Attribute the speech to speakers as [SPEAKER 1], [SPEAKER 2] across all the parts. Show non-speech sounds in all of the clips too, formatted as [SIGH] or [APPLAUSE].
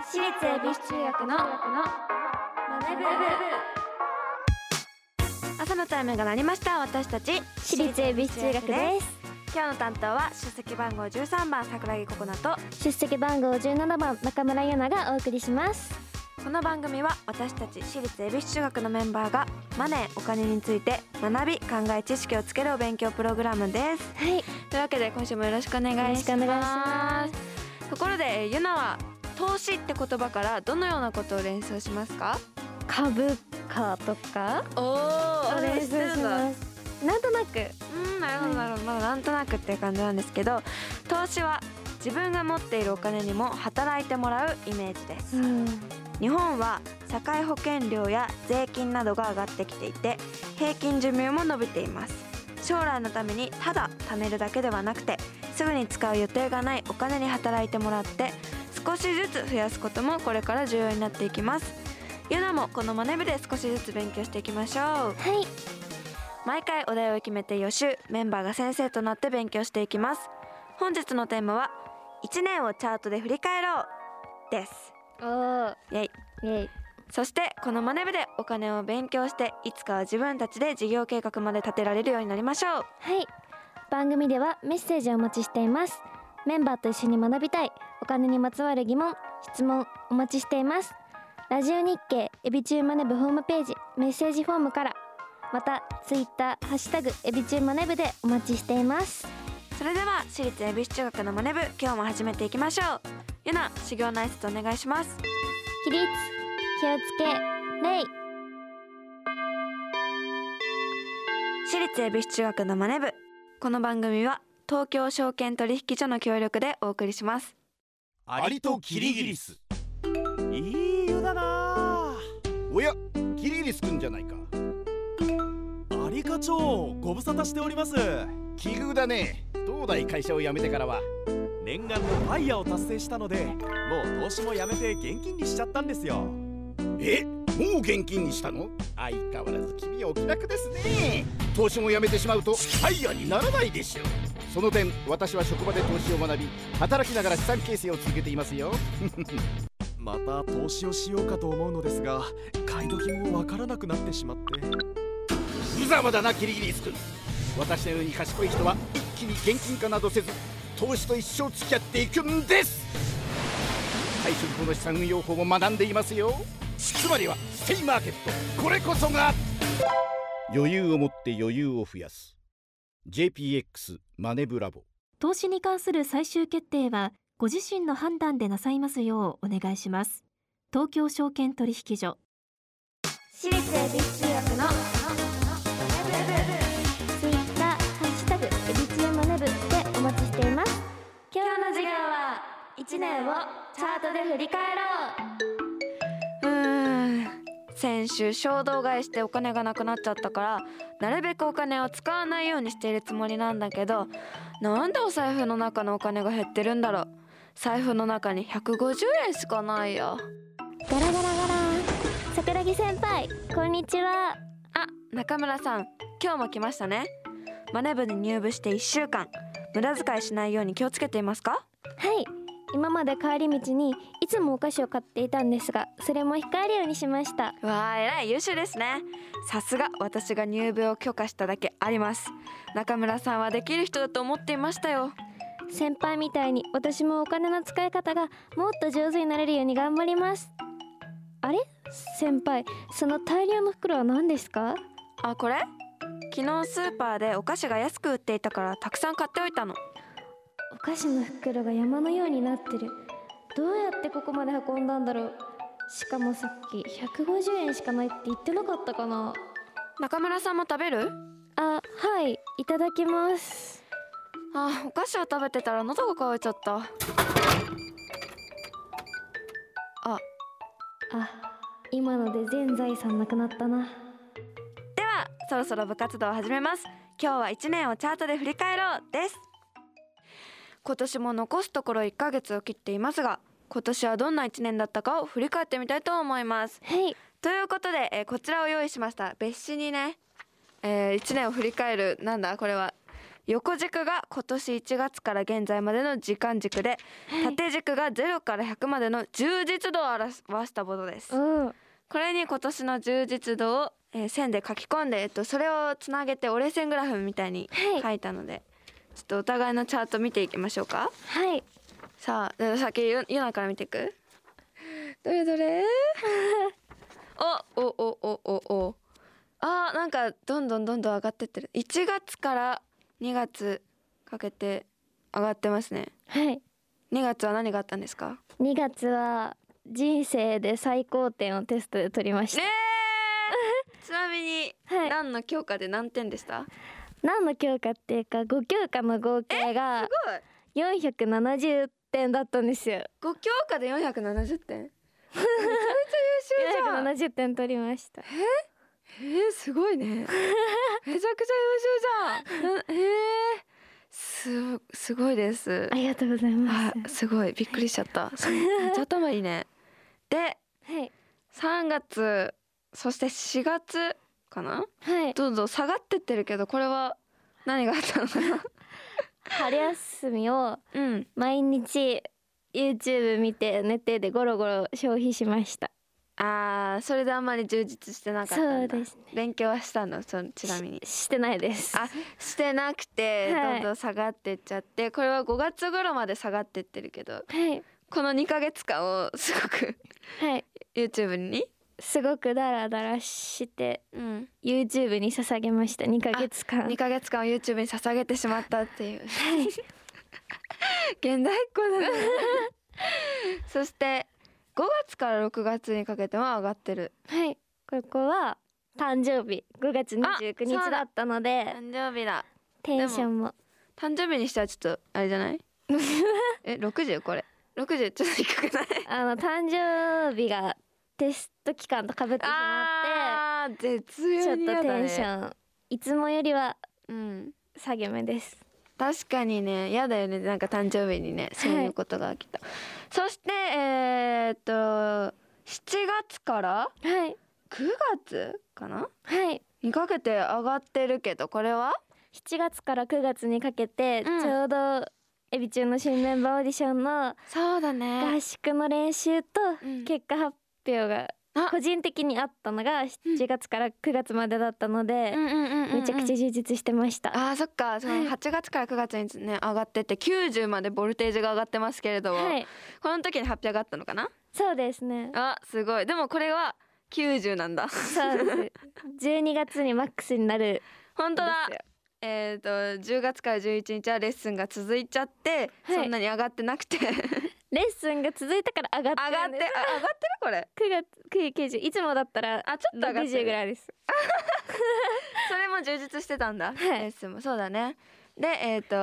[SPEAKER 1] 私立恵比寿中学の学ぶ朝のタイムが鳴りました私たち
[SPEAKER 2] 私立恵比寿中学です
[SPEAKER 1] 今日の担当は出席番号13番桜木心奈と
[SPEAKER 2] 出席番号17番中村優奈がお送りします
[SPEAKER 1] この番組は私たち私立恵比寿中学のメンバーがマネーお金について学び考え知識をつけるお勉強プログラムです
[SPEAKER 2] はい
[SPEAKER 1] というわけで今週もよろしくお願いし
[SPEAKER 2] よろしくお願いし
[SPEAKER 1] ま
[SPEAKER 2] ます
[SPEAKER 1] ところでえーゆなは投資って言葉からどのようなことを連想しますか
[SPEAKER 2] 株価とか
[SPEAKER 1] おお
[SPEAKER 2] 連想しますなんとなく
[SPEAKER 1] うんなるほどなるほどまあなんとなくっていう感じなんですけど投資は自分が持っているお金にも働いてもらうイメージです、
[SPEAKER 2] ん
[SPEAKER 1] 日本は社会保険料や税金などが上がってきていて平均寿命も伸びています将来のためにただ貯めるだけではなくてすぐに使う予定がないお金に働いてもらって少しずつ増やすこともこれから重要になっていきますゆなもこのマネ部で少しずつ勉強していきましょう
[SPEAKER 2] はい
[SPEAKER 1] 毎回お題を決めて予習メンバーが先生となって勉強していきます本日のテーマは1年をチャートで振り返ろうです
[SPEAKER 2] お
[SPEAKER 1] イエイ
[SPEAKER 2] ーイエイ
[SPEAKER 1] そしてこのマネ部でお金を勉強していつかは自分たちで事業計画まで立てられるようになりましょう
[SPEAKER 2] はい番組ではメッセージをお待ちしていますメンバーと一緒に学びたいお金にまつわる疑問質問お待ちしていますラジオ日経エビチューマネブホームページメッセージフォームからまたツイッターハッシュタグエビチューマネブでお待ちしています
[SPEAKER 1] それでは私立恵比寿中学のマネ部今日も始めていきましょうゆな修行の挨拶お願いします
[SPEAKER 2] 起立気をつけ礼
[SPEAKER 1] 私立恵比寿中学のマネ部この番組は東京証券取引所の協力でお送りします
[SPEAKER 3] アリとキリギリスいい湯だな
[SPEAKER 4] おやキリギリスくんじゃないか
[SPEAKER 3] アリ課長ご無沙汰しております
[SPEAKER 4] 奇遇だね東大会社を辞めてからは
[SPEAKER 3] 念願のファイヤーを達成したのでもう投資もやめて現金にしちゃったんですよ
[SPEAKER 4] えもう現金にしたの相変わらず君はお気楽ですね投資も辞めてしまうとファイヤーにならないでしょうその点私は職場で投資を学び働きながら資産形成を続けていますよ
[SPEAKER 3] また投資をしようかと思うのですが買い時もわからなくなってしまって
[SPEAKER 4] 無様だなキリギリスくん私のように賢い人は一気に現金化などせず投資と一生付き合っていくんです最初にこの資産運用法も学んでいますよつまりはステイマーケットこれこそが余裕を持って余裕を増やす JPX マネブラボ
[SPEAKER 5] 投資に関する最終決定はご自身の判断でなさいますようお願いします東京証券取引所
[SPEAKER 1] 私立恵比寿中学の
[SPEAKER 2] ツイッターハッシュタグエビチューマネブでお待ちしています
[SPEAKER 1] 今日の授業は一年をチャートで振り返ろううーん先週衝動買いしてお金がなくなっちゃったからなるべくお金を使わないようにしているつもりなんだけどなんでお財布の中のお金が減ってるんだろう財布の中に150円しかないや
[SPEAKER 2] ガラガラガラ桜木先輩こんにちは
[SPEAKER 1] あ中村さん今日も来ましたねマネ部に入部して1週間無駄遣いしないように気をつけていますか
[SPEAKER 2] はい今まで帰り道にいつもお菓子を買っていたんですがそれも控えるようにしました
[SPEAKER 1] わあ、えらい優秀ですね。さすが私が入部を許可しただけあります。中村さんはできる人だと思っていましたよ。
[SPEAKER 2] 先輩みたいに私もお金の使い方がもっと上手になれるように頑張りますあれ先輩その大量の袋は何ですか
[SPEAKER 1] あ、これ昨日スーパーでお菓子が安く売っていたからたくさん買っておいたの。
[SPEAKER 2] お菓子の袋が山のようになってるどうやってここまで運んだんだろうしかもさっき150円しかないって言ってなかったかな
[SPEAKER 1] 中村さんも食べる
[SPEAKER 2] あはいいただきます
[SPEAKER 1] あ、お菓子を食べてたら喉が渇いちゃった。
[SPEAKER 2] あ今ので全財産なくなったな
[SPEAKER 1] では、そろそろ部活動を始めます。今日は1年をチャートで振り返ろうです。今年も残すところ1ヶ月を切っていますが、今年はどんな1年だったかを振り返ってみたいと思います。
[SPEAKER 2] はい
[SPEAKER 1] ということで、えーこちらを用意しました別紙にね、え1年を振り返るなんだこれは横軸が今年1月から現在までの時間軸で縦軸が0から100までの充実度を表したものです
[SPEAKER 2] うん
[SPEAKER 1] これに今年の充実度を、えー線で書き込んで、えっと、それをつなげて折れ線グラフみたいに
[SPEAKER 2] はい
[SPEAKER 1] 書いたので、ちょっとお互いのチャート見ていきましょうか
[SPEAKER 2] はい
[SPEAKER 1] さあで先ゆゆなから見ていくどれど [LAUGHS] れおおおおおおあーなんかどんどんどんどん上がってってる1月から2月かけて上がってますね
[SPEAKER 2] はい
[SPEAKER 1] 2月は何があったんですか
[SPEAKER 2] 2月は人生で最高点をテストで取りまし
[SPEAKER 1] ね
[SPEAKER 2] た、
[SPEAKER 1] え [LAUGHS] ちなみに
[SPEAKER 2] はい
[SPEAKER 1] 何の教科で何点でした、
[SPEAKER 2] 何の教科っていうか5教科の合計が
[SPEAKER 1] すごい
[SPEAKER 2] 470点だったんですよ
[SPEAKER 1] 五教科で470点 [LAUGHS] めちゃめちゃ優秀じゃん
[SPEAKER 2] 470点取りました
[SPEAKER 1] えー、すご
[SPEAKER 2] [LAUGHS]
[SPEAKER 1] いねめちゃくちゃ優秀じゃんなえー、すすごいです
[SPEAKER 2] ありがとうございま
[SPEAKER 1] あ
[SPEAKER 2] す
[SPEAKER 1] すごいびっくりしち
[SPEAKER 2] [LAUGHS]
[SPEAKER 1] ゃったそうめっちゃ頭いいねで
[SPEAKER 2] はい
[SPEAKER 1] 3月そして4月かな
[SPEAKER 2] はい
[SPEAKER 1] どんどん下がってってるけどこれは何があったのかな
[SPEAKER 2] 春休みを
[SPEAKER 1] うん
[SPEAKER 2] 毎日 YouTube 見て寝てでゴロゴロ消費しました
[SPEAKER 1] あーそれであんまり充実してなかったんだ
[SPEAKER 2] そうですね
[SPEAKER 1] 勉強はしたのそのちなみに
[SPEAKER 2] ししてないです
[SPEAKER 1] あしてなくて
[SPEAKER 2] はい
[SPEAKER 1] どんどん下がってっちゃって、これは5月頃まで下がってってるけど
[SPEAKER 2] はい
[SPEAKER 1] この2ヶ月間をすごく [LAUGHS]
[SPEAKER 2] はい
[SPEAKER 1] YouTube に、
[SPEAKER 2] すごくダラダラして
[SPEAKER 1] うん、
[SPEAKER 2] YouTube に捧げました2ヶ月間
[SPEAKER 1] 2ヶ月間を YouTube に捧げてしまったっていう現代っ子だねそして5月から6月にかけては上がってる
[SPEAKER 2] はいここは誕生日5月29
[SPEAKER 1] あそう
[SPEAKER 2] 日
[SPEAKER 1] だ
[SPEAKER 2] だったので
[SPEAKER 1] 誕生日だ
[SPEAKER 2] テンションも
[SPEAKER 1] 誕生日にしてはちょっとあれじゃ [LAUGHS] ないえ60これ60ちょっと低くない
[SPEAKER 2] あの誕生日がテスト期間とかぶってしま
[SPEAKER 1] あー [LAUGHS] 絶
[SPEAKER 2] ってちょっ
[SPEAKER 1] 妙に嫌
[SPEAKER 2] と
[SPEAKER 1] だ
[SPEAKER 2] テン
[SPEAKER 1] ね
[SPEAKER 2] ションいつもよりは
[SPEAKER 1] うん
[SPEAKER 2] 下げ目です
[SPEAKER 1] 確かにね嫌だよねなんか誕生日にねそういうことが来た、そしてえーっと7月から
[SPEAKER 2] はい
[SPEAKER 1] 9月かな
[SPEAKER 2] はい
[SPEAKER 1] にかけて上がってるけどこれは
[SPEAKER 2] 7月から9月にかけて、
[SPEAKER 1] うん
[SPEAKER 2] ちょうどエビ中の新メンバーオーディションの
[SPEAKER 1] そうだね
[SPEAKER 2] 合宿の練習と
[SPEAKER 1] うん
[SPEAKER 2] 結果発表が
[SPEAKER 1] あ
[SPEAKER 2] 個人的にあったのが7月から9月までだったので、めちゃくちゃ充実してました、
[SPEAKER 1] あーそっかその8月から9月にね上がってって90までボルテージが上がってますけれども、
[SPEAKER 2] はい
[SPEAKER 1] この時に発表があったのかな
[SPEAKER 2] そうですね
[SPEAKER 1] あすごいでもこれは90なんだ
[SPEAKER 2] そうです12月にマックスになるん
[SPEAKER 1] 本当
[SPEAKER 2] で
[SPEAKER 1] だ
[SPEAKER 2] すよ
[SPEAKER 1] えー、と10月から11日はレッスンが続いちゃって、
[SPEAKER 2] はい
[SPEAKER 1] そんなに上がってな [LAUGHS] くて上がって
[SPEAKER 2] レッスンが続いたから上が
[SPEAKER 1] あ上が
[SPEAKER 2] ってるん
[SPEAKER 1] って
[SPEAKER 2] で
[SPEAKER 1] る
[SPEAKER 2] す
[SPEAKER 1] これ
[SPEAKER 2] 9月990いつもだったら
[SPEAKER 1] あちょっと上がって
[SPEAKER 2] 60ぐ
[SPEAKER 1] る
[SPEAKER 2] らいです
[SPEAKER 1] それも充実してたんだ、
[SPEAKER 2] はい
[SPEAKER 1] レッスンもそうだねでえっ、と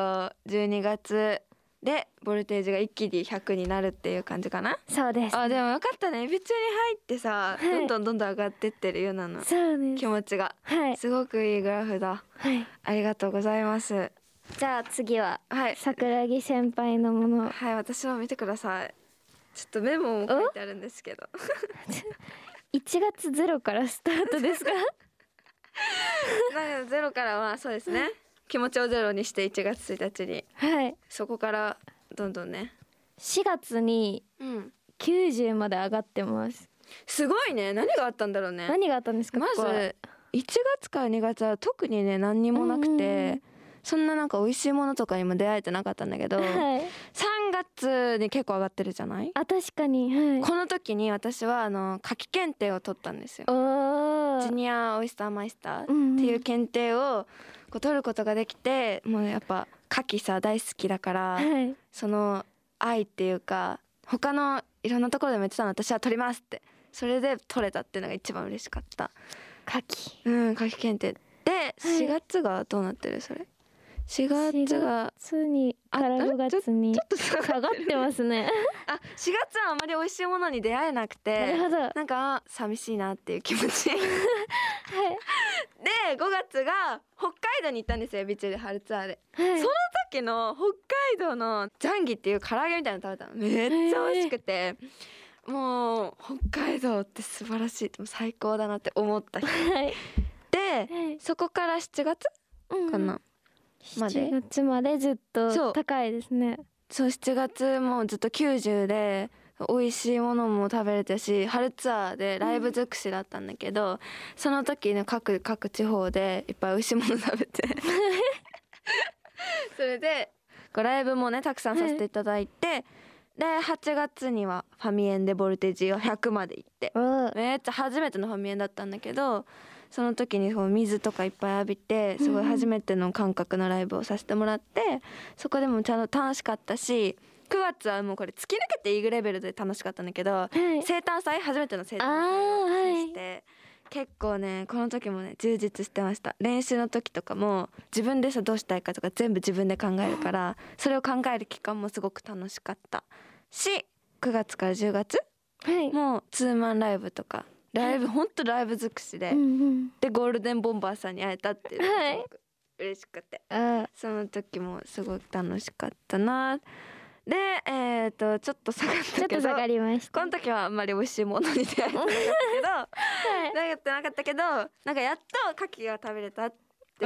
[SPEAKER 1] 12月でボルテージが一気に100になるっていう感じかな
[SPEAKER 2] そうです
[SPEAKER 1] あでもよかったねエビ中に入ってさ、
[SPEAKER 2] はい
[SPEAKER 1] どんどんどんどん上がってってるようなの
[SPEAKER 2] そうです
[SPEAKER 1] 気持ちが
[SPEAKER 2] はい
[SPEAKER 1] すごくいいグラフだ
[SPEAKER 2] はい
[SPEAKER 1] ありがとうございます
[SPEAKER 2] じゃあ次は
[SPEAKER 1] はい
[SPEAKER 2] 桜木先輩のもの
[SPEAKER 1] はい私も見てくださいちょっとメモも書いてあるんですけど
[SPEAKER 2] 1月ゼロからスタートです
[SPEAKER 1] [LAUGHS]
[SPEAKER 2] か
[SPEAKER 1] なんかゼロからはそうですね気持ちをゼロにして1月1日に
[SPEAKER 2] はい
[SPEAKER 1] そこからどんどんね
[SPEAKER 2] 4月に
[SPEAKER 1] うん
[SPEAKER 2] 90まで上がってます
[SPEAKER 1] すごいね何があったんだろうね
[SPEAKER 2] 何があったんですか
[SPEAKER 1] ま
[SPEAKER 2] ここは
[SPEAKER 1] ず1月から2月は特にね何にもなくて、
[SPEAKER 2] うんうんうん
[SPEAKER 1] そんななんか美味しいものとかにも出会えてなかったんだけど、
[SPEAKER 2] はい
[SPEAKER 1] 3月に結構上がってるじゃない
[SPEAKER 2] あ確かにはい
[SPEAKER 1] この時に私はあの夏季検定を取ったんですよ
[SPEAKER 2] おー
[SPEAKER 1] ジュニアオイスターマイスター
[SPEAKER 2] うんうん
[SPEAKER 1] っていう検定をこう取ることができてもうやっぱ牡蠣さ大好きだから
[SPEAKER 2] はい
[SPEAKER 1] その愛っていうか他のいろんなところでも言ってたの私は取りますってそれで取れたっていうのが一番嬉しかった
[SPEAKER 2] 夏季
[SPEAKER 1] うん夏季検定で4月がどうなってるそれ4月が
[SPEAKER 2] 月にから
[SPEAKER 1] ああれ
[SPEAKER 2] 5月に
[SPEAKER 1] ちょっと下が
[SPEAKER 2] 下
[SPEAKER 1] っ
[SPEAKER 2] がってますね
[SPEAKER 1] あ4月はあまり美味しいものに出 [LAUGHS] 会えなく
[SPEAKER 2] な
[SPEAKER 1] て
[SPEAKER 2] るほど
[SPEAKER 1] なんかあ寂しいなっていう気持ちで5月が北海道に行ったんですよビチュで春ツアーで
[SPEAKER 2] はいはい
[SPEAKER 1] そさっきの北海道のジャンギっていう唐揚げみたいなの食べたのめっちゃ美味しくて、もう北海道って素晴らしいもう最高だなって思った日
[SPEAKER 2] はい
[SPEAKER 1] でそこから7月
[SPEAKER 2] うん
[SPEAKER 1] かな、まで
[SPEAKER 2] 7月までずっ
[SPEAKER 1] そう
[SPEAKER 2] と高いですね
[SPEAKER 1] そう7月もずっと90で美味しいものも食べれたし春ツアーでライブ尽くしだったんだけど、その時の各各地方でいっぱい美味しいもの食べてそれでこうライブもねたくさんさせていただいて、で8月にはファミエンでボルテージが100まで行って
[SPEAKER 2] うん
[SPEAKER 1] めっちゃ初めてのファミエンだったんだけどその時にこう水とかいっぱい浴びてすごい初めての感覚のライブをさせてもらって、そこでもちゃんと楽しかったし9月はもうこれ突き抜けていいレベルで楽しかったんだけど
[SPEAKER 2] はい
[SPEAKER 1] 生誕祭初めての生誕
[SPEAKER 2] あ
[SPEAKER 1] 祭を
[SPEAKER 2] ーはい
[SPEAKER 1] して、結構ねこの時もね充実してました練習の時とかも自分でさどうしたいかとか全部自分で考えるからそれを考える期間もすごく楽しかったし9月から10月
[SPEAKER 2] はい
[SPEAKER 1] もうツーマンライブとかライブ本当ライブ尽くしで、
[SPEAKER 2] うんうん
[SPEAKER 1] でゴールデンボンバーさんに会えたっていうのが
[SPEAKER 2] はい
[SPEAKER 1] すごく嬉しくて、
[SPEAKER 2] あ
[SPEAKER 1] その時もすごく楽しかったなでえっ、とちょっと下がっ
[SPEAKER 2] ちょ
[SPEAKER 1] た
[SPEAKER 2] っ
[SPEAKER 1] け
[SPEAKER 2] と
[SPEAKER 1] ど
[SPEAKER 2] 下がりました
[SPEAKER 1] この時はあんまり美味しいものに出会えてなかったけ
[SPEAKER 2] はい
[SPEAKER 1] ど出会ってなかったけどなんかやっと牡蠣が食べれたって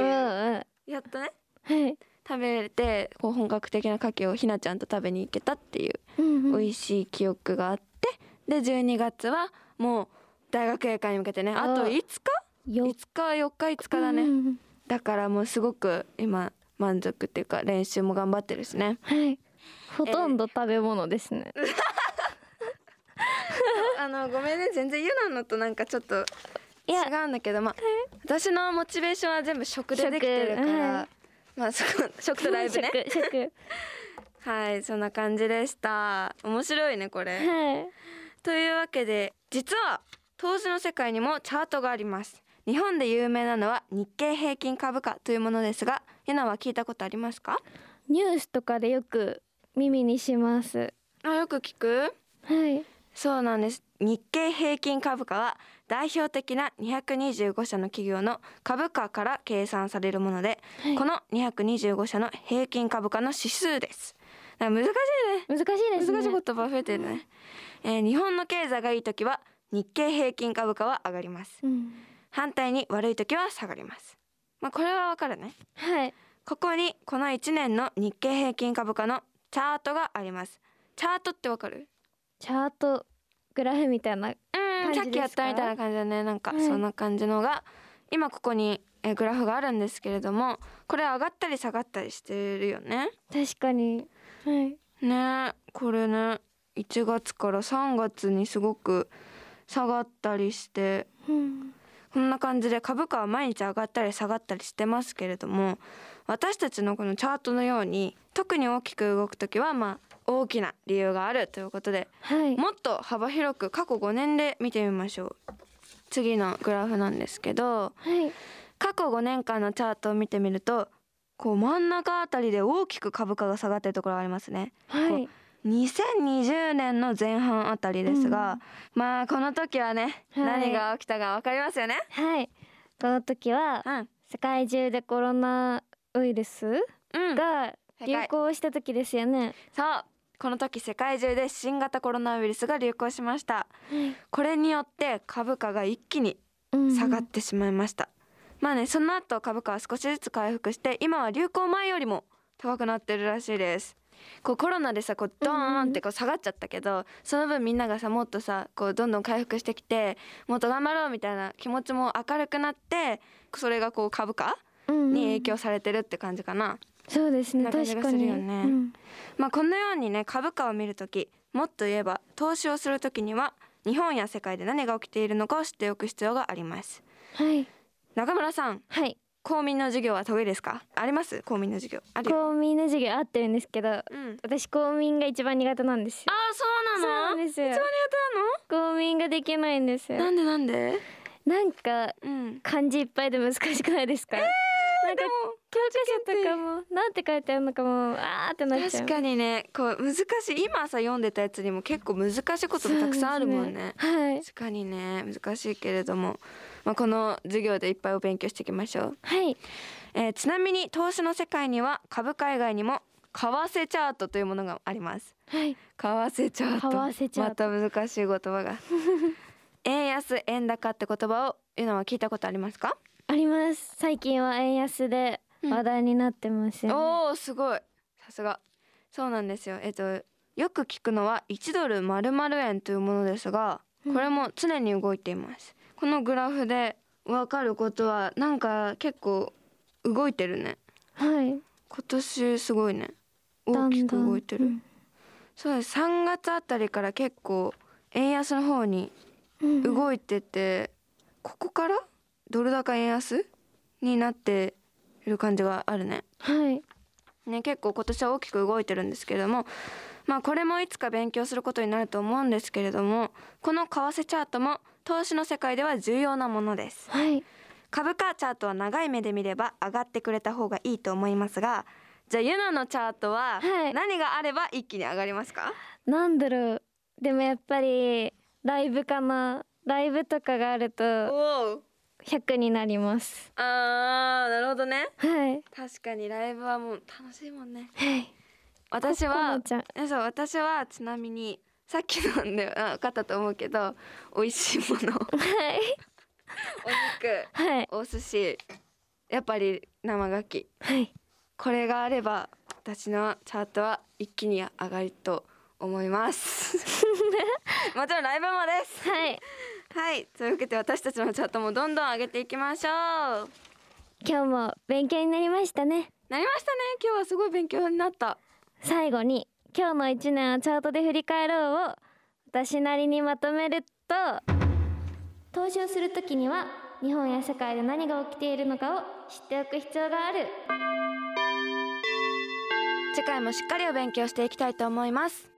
[SPEAKER 2] う
[SPEAKER 1] い
[SPEAKER 2] んう
[SPEAKER 1] う、
[SPEAKER 2] ん
[SPEAKER 1] やっとね
[SPEAKER 2] はい
[SPEAKER 1] 食べれてこう本格的な牡蠣をひなちゃんと食べに行けたっていう
[SPEAKER 2] うんうん
[SPEAKER 1] 美味しい記憶があってで12月はもう大学英会に向けてねあと
[SPEAKER 2] あ
[SPEAKER 1] 5日
[SPEAKER 2] よ
[SPEAKER 1] 5日4日5日だね、
[SPEAKER 2] うんうん
[SPEAKER 1] だからもうすごく今満足っていうか練習も頑張ってるしね
[SPEAKER 2] はいほとんど食べ物ですね
[SPEAKER 1] [LAUGHS] あのごめんね全然ユナのとなんかちょっと
[SPEAKER 2] い
[SPEAKER 1] 違
[SPEAKER 2] や
[SPEAKER 1] うんだけどまあ [LAUGHS] 私のモチベーションは全部食でできてるか
[SPEAKER 2] 食
[SPEAKER 1] ら、
[SPEAKER 2] はい
[SPEAKER 1] まあそこ食とライブね
[SPEAKER 2] 食
[SPEAKER 1] [LAUGHS]
[SPEAKER 2] 食
[SPEAKER 1] はいそんな感じでした面白いねこ [LAUGHS] れ
[SPEAKER 2] はい
[SPEAKER 1] というわけで実は投資の世界にもチャートがあります日本で有名なのは日経平均株価というものですがゆなは聞いたことありますか
[SPEAKER 2] ニュースとかでよく耳にします
[SPEAKER 1] あよく聞く
[SPEAKER 2] はい
[SPEAKER 1] そうなんです日経平均株価は代表的な225社の企業の株価から計算されるもので、
[SPEAKER 2] はい
[SPEAKER 1] この225社の平均株価の指数ですだから難しいね
[SPEAKER 2] 難しいですね
[SPEAKER 1] 難しい言葉増えてるね、えー日本の経済がいい時は日経平均株価は上がります
[SPEAKER 2] うん
[SPEAKER 1] 反対に悪い時は下がりますまあこれはわかるね
[SPEAKER 2] はい
[SPEAKER 1] ここにこの1年の日経平均株価のチャートがありますチャートってわかる
[SPEAKER 2] チャートグラフみたいな
[SPEAKER 1] うん
[SPEAKER 2] 感
[SPEAKER 1] さ
[SPEAKER 2] じ
[SPEAKER 1] っきやったみたいな感じだねなんか
[SPEAKER 2] はい
[SPEAKER 1] そんな感じのが、今ここにえーグラフがあるんですけれどもこれ上がったり下がったりしてるよね
[SPEAKER 2] 確かにはい
[SPEAKER 1] ねこれね1月から3月にすごく下がったりして
[SPEAKER 2] うん
[SPEAKER 1] こんな感じで株価は毎日上がったり下がったりしてますけれども私たちのこのチャートのように特に大きく動く時はまあ大きな理由があるということで
[SPEAKER 2] はい
[SPEAKER 1] もっと幅広く過去5年で見てみましょう次のグラフなんですけど
[SPEAKER 2] はい
[SPEAKER 1] 過去5年間のチャートを見てみるとこう真ん中あたりで大きく株価が下がってるところがありますね
[SPEAKER 2] はい
[SPEAKER 1] 2020年の前半あたりですが、まあこの時はね、
[SPEAKER 2] はい
[SPEAKER 1] 何が起きたかわかりますよね
[SPEAKER 2] はいこの時は
[SPEAKER 1] うん
[SPEAKER 2] 世界中でコロナウイルス
[SPEAKER 1] うん
[SPEAKER 2] が
[SPEAKER 1] 世界
[SPEAKER 2] 流行した時ですよね
[SPEAKER 1] そうこの時世界中で新型コロナウイルスが流行しましたこれによって株価が一気に
[SPEAKER 2] うん
[SPEAKER 1] 下がってしまいました、まあねその後株価は少しずつ回復して今は流行前よりも高くなってるらしいですこうコロナでさこうドーンってこう下がっちゃったけど、その分みんながさもっとさこうどんどん回復してきてもっと頑張ろうみたいな気持ちも明るくなってそれがこう株価
[SPEAKER 2] うん
[SPEAKER 1] に影響されてるって感じかな、
[SPEAKER 2] そうですね
[SPEAKER 1] な感
[SPEAKER 2] 確
[SPEAKER 1] じが
[SPEAKER 2] か
[SPEAKER 1] する
[SPEAKER 2] に
[SPEAKER 1] よね
[SPEAKER 2] うん
[SPEAKER 1] まあ、このようにね株価を見るときもっと言えば投資をするときには日本や世界で何が起きているのかを知っておく必要があります
[SPEAKER 2] はい
[SPEAKER 1] 中村さん
[SPEAKER 2] はい
[SPEAKER 1] 公民の授業は得意ですかあります公民の授業あるよ
[SPEAKER 2] 公民の授業合ってるんですけど
[SPEAKER 1] うん
[SPEAKER 2] 私公民が一番苦手なんですよ
[SPEAKER 1] あーそう
[SPEAKER 2] そう
[SPEAKER 1] な
[SPEAKER 2] な
[SPEAKER 1] の
[SPEAKER 2] んですよ
[SPEAKER 1] 一番
[SPEAKER 2] 公民ができないんです
[SPEAKER 1] 苦手なのな
[SPEAKER 2] よ
[SPEAKER 1] んでなんで
[SPEAKER 2] なんか
[SPEAKER 1] うん
[SPEAKER 2] 漢字いっぱいで難しくないですか、なんか
[SPEAKER 1] でも
[SPEAKER 2] 教科書とかもなんて書いてあるのかもあーってなっちゃう
[SPEAKER 1] 確かにねこう難しい今さ読んでたやつにも結構難しいこともたくさんあるもんね
[SPEAKER 2] そうですね
[SPEAKER 1] 確かにね難しいけれども、まあ、この授業でいっぱいお勉強していきましょう
[SPEAKER 2] はいはい
[SPEAKER 1] えーちなみに投資の世界には株価以外にも為替チャートというものがあります
[SPEAKER 2] はい
[SPEAKER 1] 為替チャート
[SPEAKER 2] 為替チャート
[SPEAKER 1] また難しい言葉
[SPEAKER 2] [LAUGHS]
[SPEAKER 1] が円安円高って言葉をいうのは聞いたことありますか
[SPEAKER 2] あります最近は円安で
[SPEAKER 1] うん
[SPEAKER 2] 話題になってますよ、ね
[SPEAKER 1] おおすごいさすがそうなんですよえっとよく聞くのは1ドルまるまる円というものですが
[SPEAKER 2] うん
[SPEAKER 1] これも常に動いています、このグラフでわかることはなんか結構動いてるね
[SPEAKER 2] はい
[SPEAKER 1] 今年すごいね
[SPEAKER 2] だ
[SPEAKER 1] 大
[SPEAKER 2] んだ
[SPEAKER 1] き
[SPEAKER 2] ん
[SPEAKER 1] く動いてる
[SPEAKER 2] うん
[SPEAKER 1] そうです3月あたりから結構円安の方に
[SPEAKER 2] うん
[SPEAKER 1] 動いてて、ここからドル高円安になっている感じがあるね
[SPEAKER 2] はい
[SPEAKER 1] ね、結構今年は大きく動いてるんですけれども、まあ、これもいつか勉強することになると思うんですけれどもこの為替チャートも投資の世界では重要なものです
[SPEAKER 2] はい
[SPEAKER 1] 株価チャートは長い目で見れば上がってくれた方がいいと思いますがじゃあユナのチャートは
[SPEAKER 2] はい
[SPEAKER 1] 何があれば一気に上がりますか、
[SPEAKER 2] なんだろうでもやっぱりライブかなライブとかがあると
[SPEAKER 1] おお
[SPEAKER 2] 100になります
[SPEAKER 1] あーなるほどね
[SPEAKER 2] はい
[SPEAKER 1] 確かにライブはもう楽しいもんね
[SPEAKER 2] はい
[SPEAKER 1] 私
[SPEAKER 2] ココ
[SPEAKER 1] は
[SPEAKER 2] ナちゃん
[SPEAKER 1] えそう私はちなみにさっきのんであ分かったと思うけど美味しいも [LAUGHS] の
[SPEAKER 2] はい
[SPEAKER 1] お肉
[SPEAKER 2] はい
[SPEAKER 1] お寿司やっぱり生牡蠣
[SPEAKER 2] はい
[SPEAKER 1] これがあれば私のチャートは一気に上がると思います [LAUGHS] もちろんライブもです
[SPEAKER 2] はい
[SPEAKER 1] はいというわけで私たちのチャートもどんどん上げていきましょう
[SPEAKER 2] 今日も勉強になりましたね
[SPEAKER 1] なりましたね今日はすごい勉強になった
[SPEAKER 2] 最後に今日の一年をチャートで振り返ろうを私なりにまとめると投資をするときには日本や世界で何が起きているのかを知っておく必要がある
[SPEAKER 1] 次回もしっかりお勉強していきたいと思います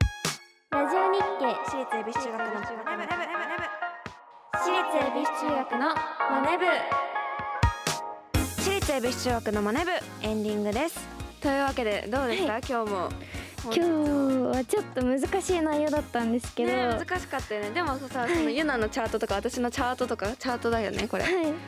[SPEAKER 2] ラジオ日経
[SPEAKER 1] 私立恵比寿中学の
[SPEAKER 2] 私立恵比寿中学のマネ部
[SPEAKER 1] 私立恵比寿中学のマネ部エンディングですというわけでどうでした、今日も
[SPEAKER 2] 今日はちょっと難しい内容だったんですけど、
[SPEAKER 1] ね
[SPEAKER 2] は
[SPEAKER 1] 難しかったよねでもさそのユナのチャートとか私のチャートとかチャートだよねこれ
[SPEAKER 2] い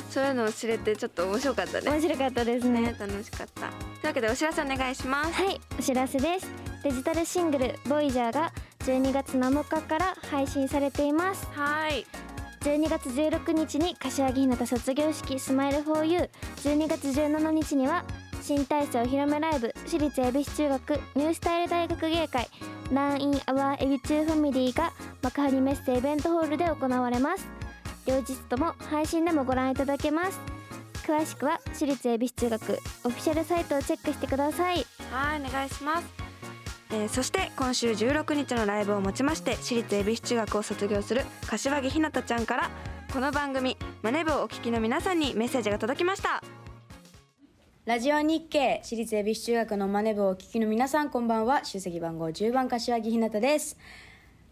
[SPEAKER 1] そういうのを知れてちょっと面白かったね
[SPEAKER 2] 面白かったですね
[SPEAKER 1] ね楽しかったというわけでお知らせお願いします
[SPEAKER 2] はいお知らせですデジタルシングル「ボイジャーが12月7日から配信されています
[SPEAKER 1] はい
[SPEAKER 2] 12月16日に柏木ひなた卒業式スマイル 4U12 月17日には新体操お披露目ライブ私立恵比寿中学ニュースタイル大学芸会ランインアワー恵比中ファミリーが幕張メッセイベントホールで行われます両日とも配信でもご覧いただけます詳しくは私立恵比寿中学オフィシャルサイトをチェックしてください
[SPEAKER 1] はいお願いします、えーそして今週16日のライブをもちまして私立恵比寿中学を卒業する柏木ひなたちゃんからこの番組マネ部をお聞きの皆さんにメッセージが届きました
[SPEAKER 6] ラジオ日経私立恵比寿中学のマネ部をお聞きの皆さんこんばんは出席番号10番柏木ひなたです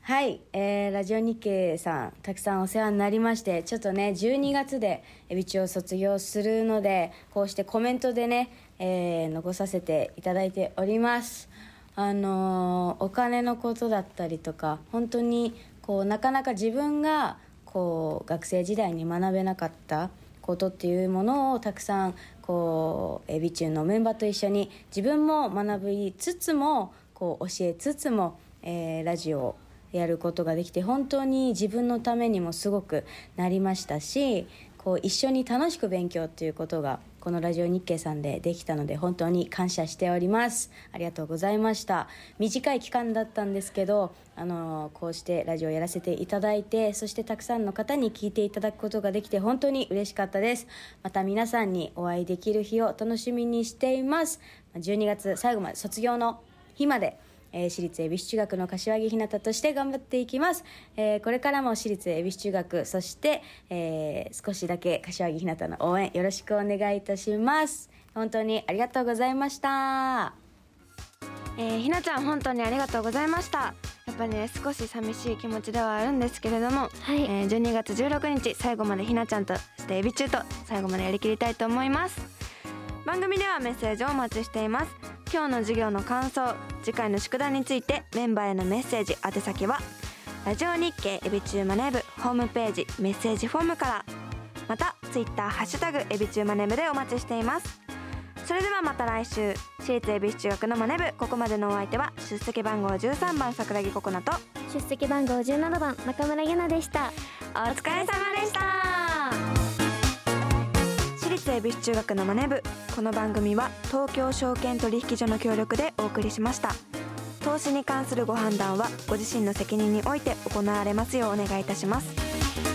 [SPEAKER 6] はい、えーラジオ日経さんたくさんお世話になりましてちょっとね12月で恵比寿を卒業するのでこうしてコメントでね、えー残させていただいておりますあのーお金のことだったりとか本当にこうなかなか自分がこう学生時代に学べなかったことっていうものをたくさんこうエビ中のメンバーと一緒に自分も学びつつもこう教えつつも、えーラジオをやることができて本当に自分のためにもすごくなりましたしこう一緒に楽しく勉強っていうことがこのラジオ日経さんでできたので本当に感謝しておりますありがとうございました短い期間だったんですけどあのこうしてラジオやらせていただいてそしてたくさんの方に聞いていただくことができて本当に嬉しかったですまた皆さんにお会いできる日を楽しみにしています12月最後まで卒業の日まで、えー私立恵比寿中学の柏木ひなたとして頑張っていきます、えーこれからも私立恵比寿中学そして、えー少しだけ柏木ひなたの応援よろしくお願いいたします本当にありがとうございました
[SPEAKER 1] えーひなちゃん本当にありがとうございましたやっぱりね少し寂しい気持ちではあるんですけれども、
[SPEAKER 2] はい
[SPEAKER 1] えー12月16日最後までひなちゃんとそしてエビ中と最後までやりきりたいと思います番組ではメッセージをお待ちしています今日の授業の感想次回の宿題についてメンバーへのメッセージ宛先はラジオ日経エビ中マネ部ホームページメッセージフォームからまたツイッターハッシュタグエビ中マネ部でお待ちしていますそれではまた来週私立恵比寿中学のマネ部ここまでのお相手は出席番号13番桜木ココナと
[SPEAKER 2] 出席番号17番中村ゆなでした
[SPEAKER 1] お疲れ様でした私立立恵比寿中学のマネ部この番組は東京証券取引所の協力でお送りしました投資に関するご判断はご自身の責任において行われますようお願いいたします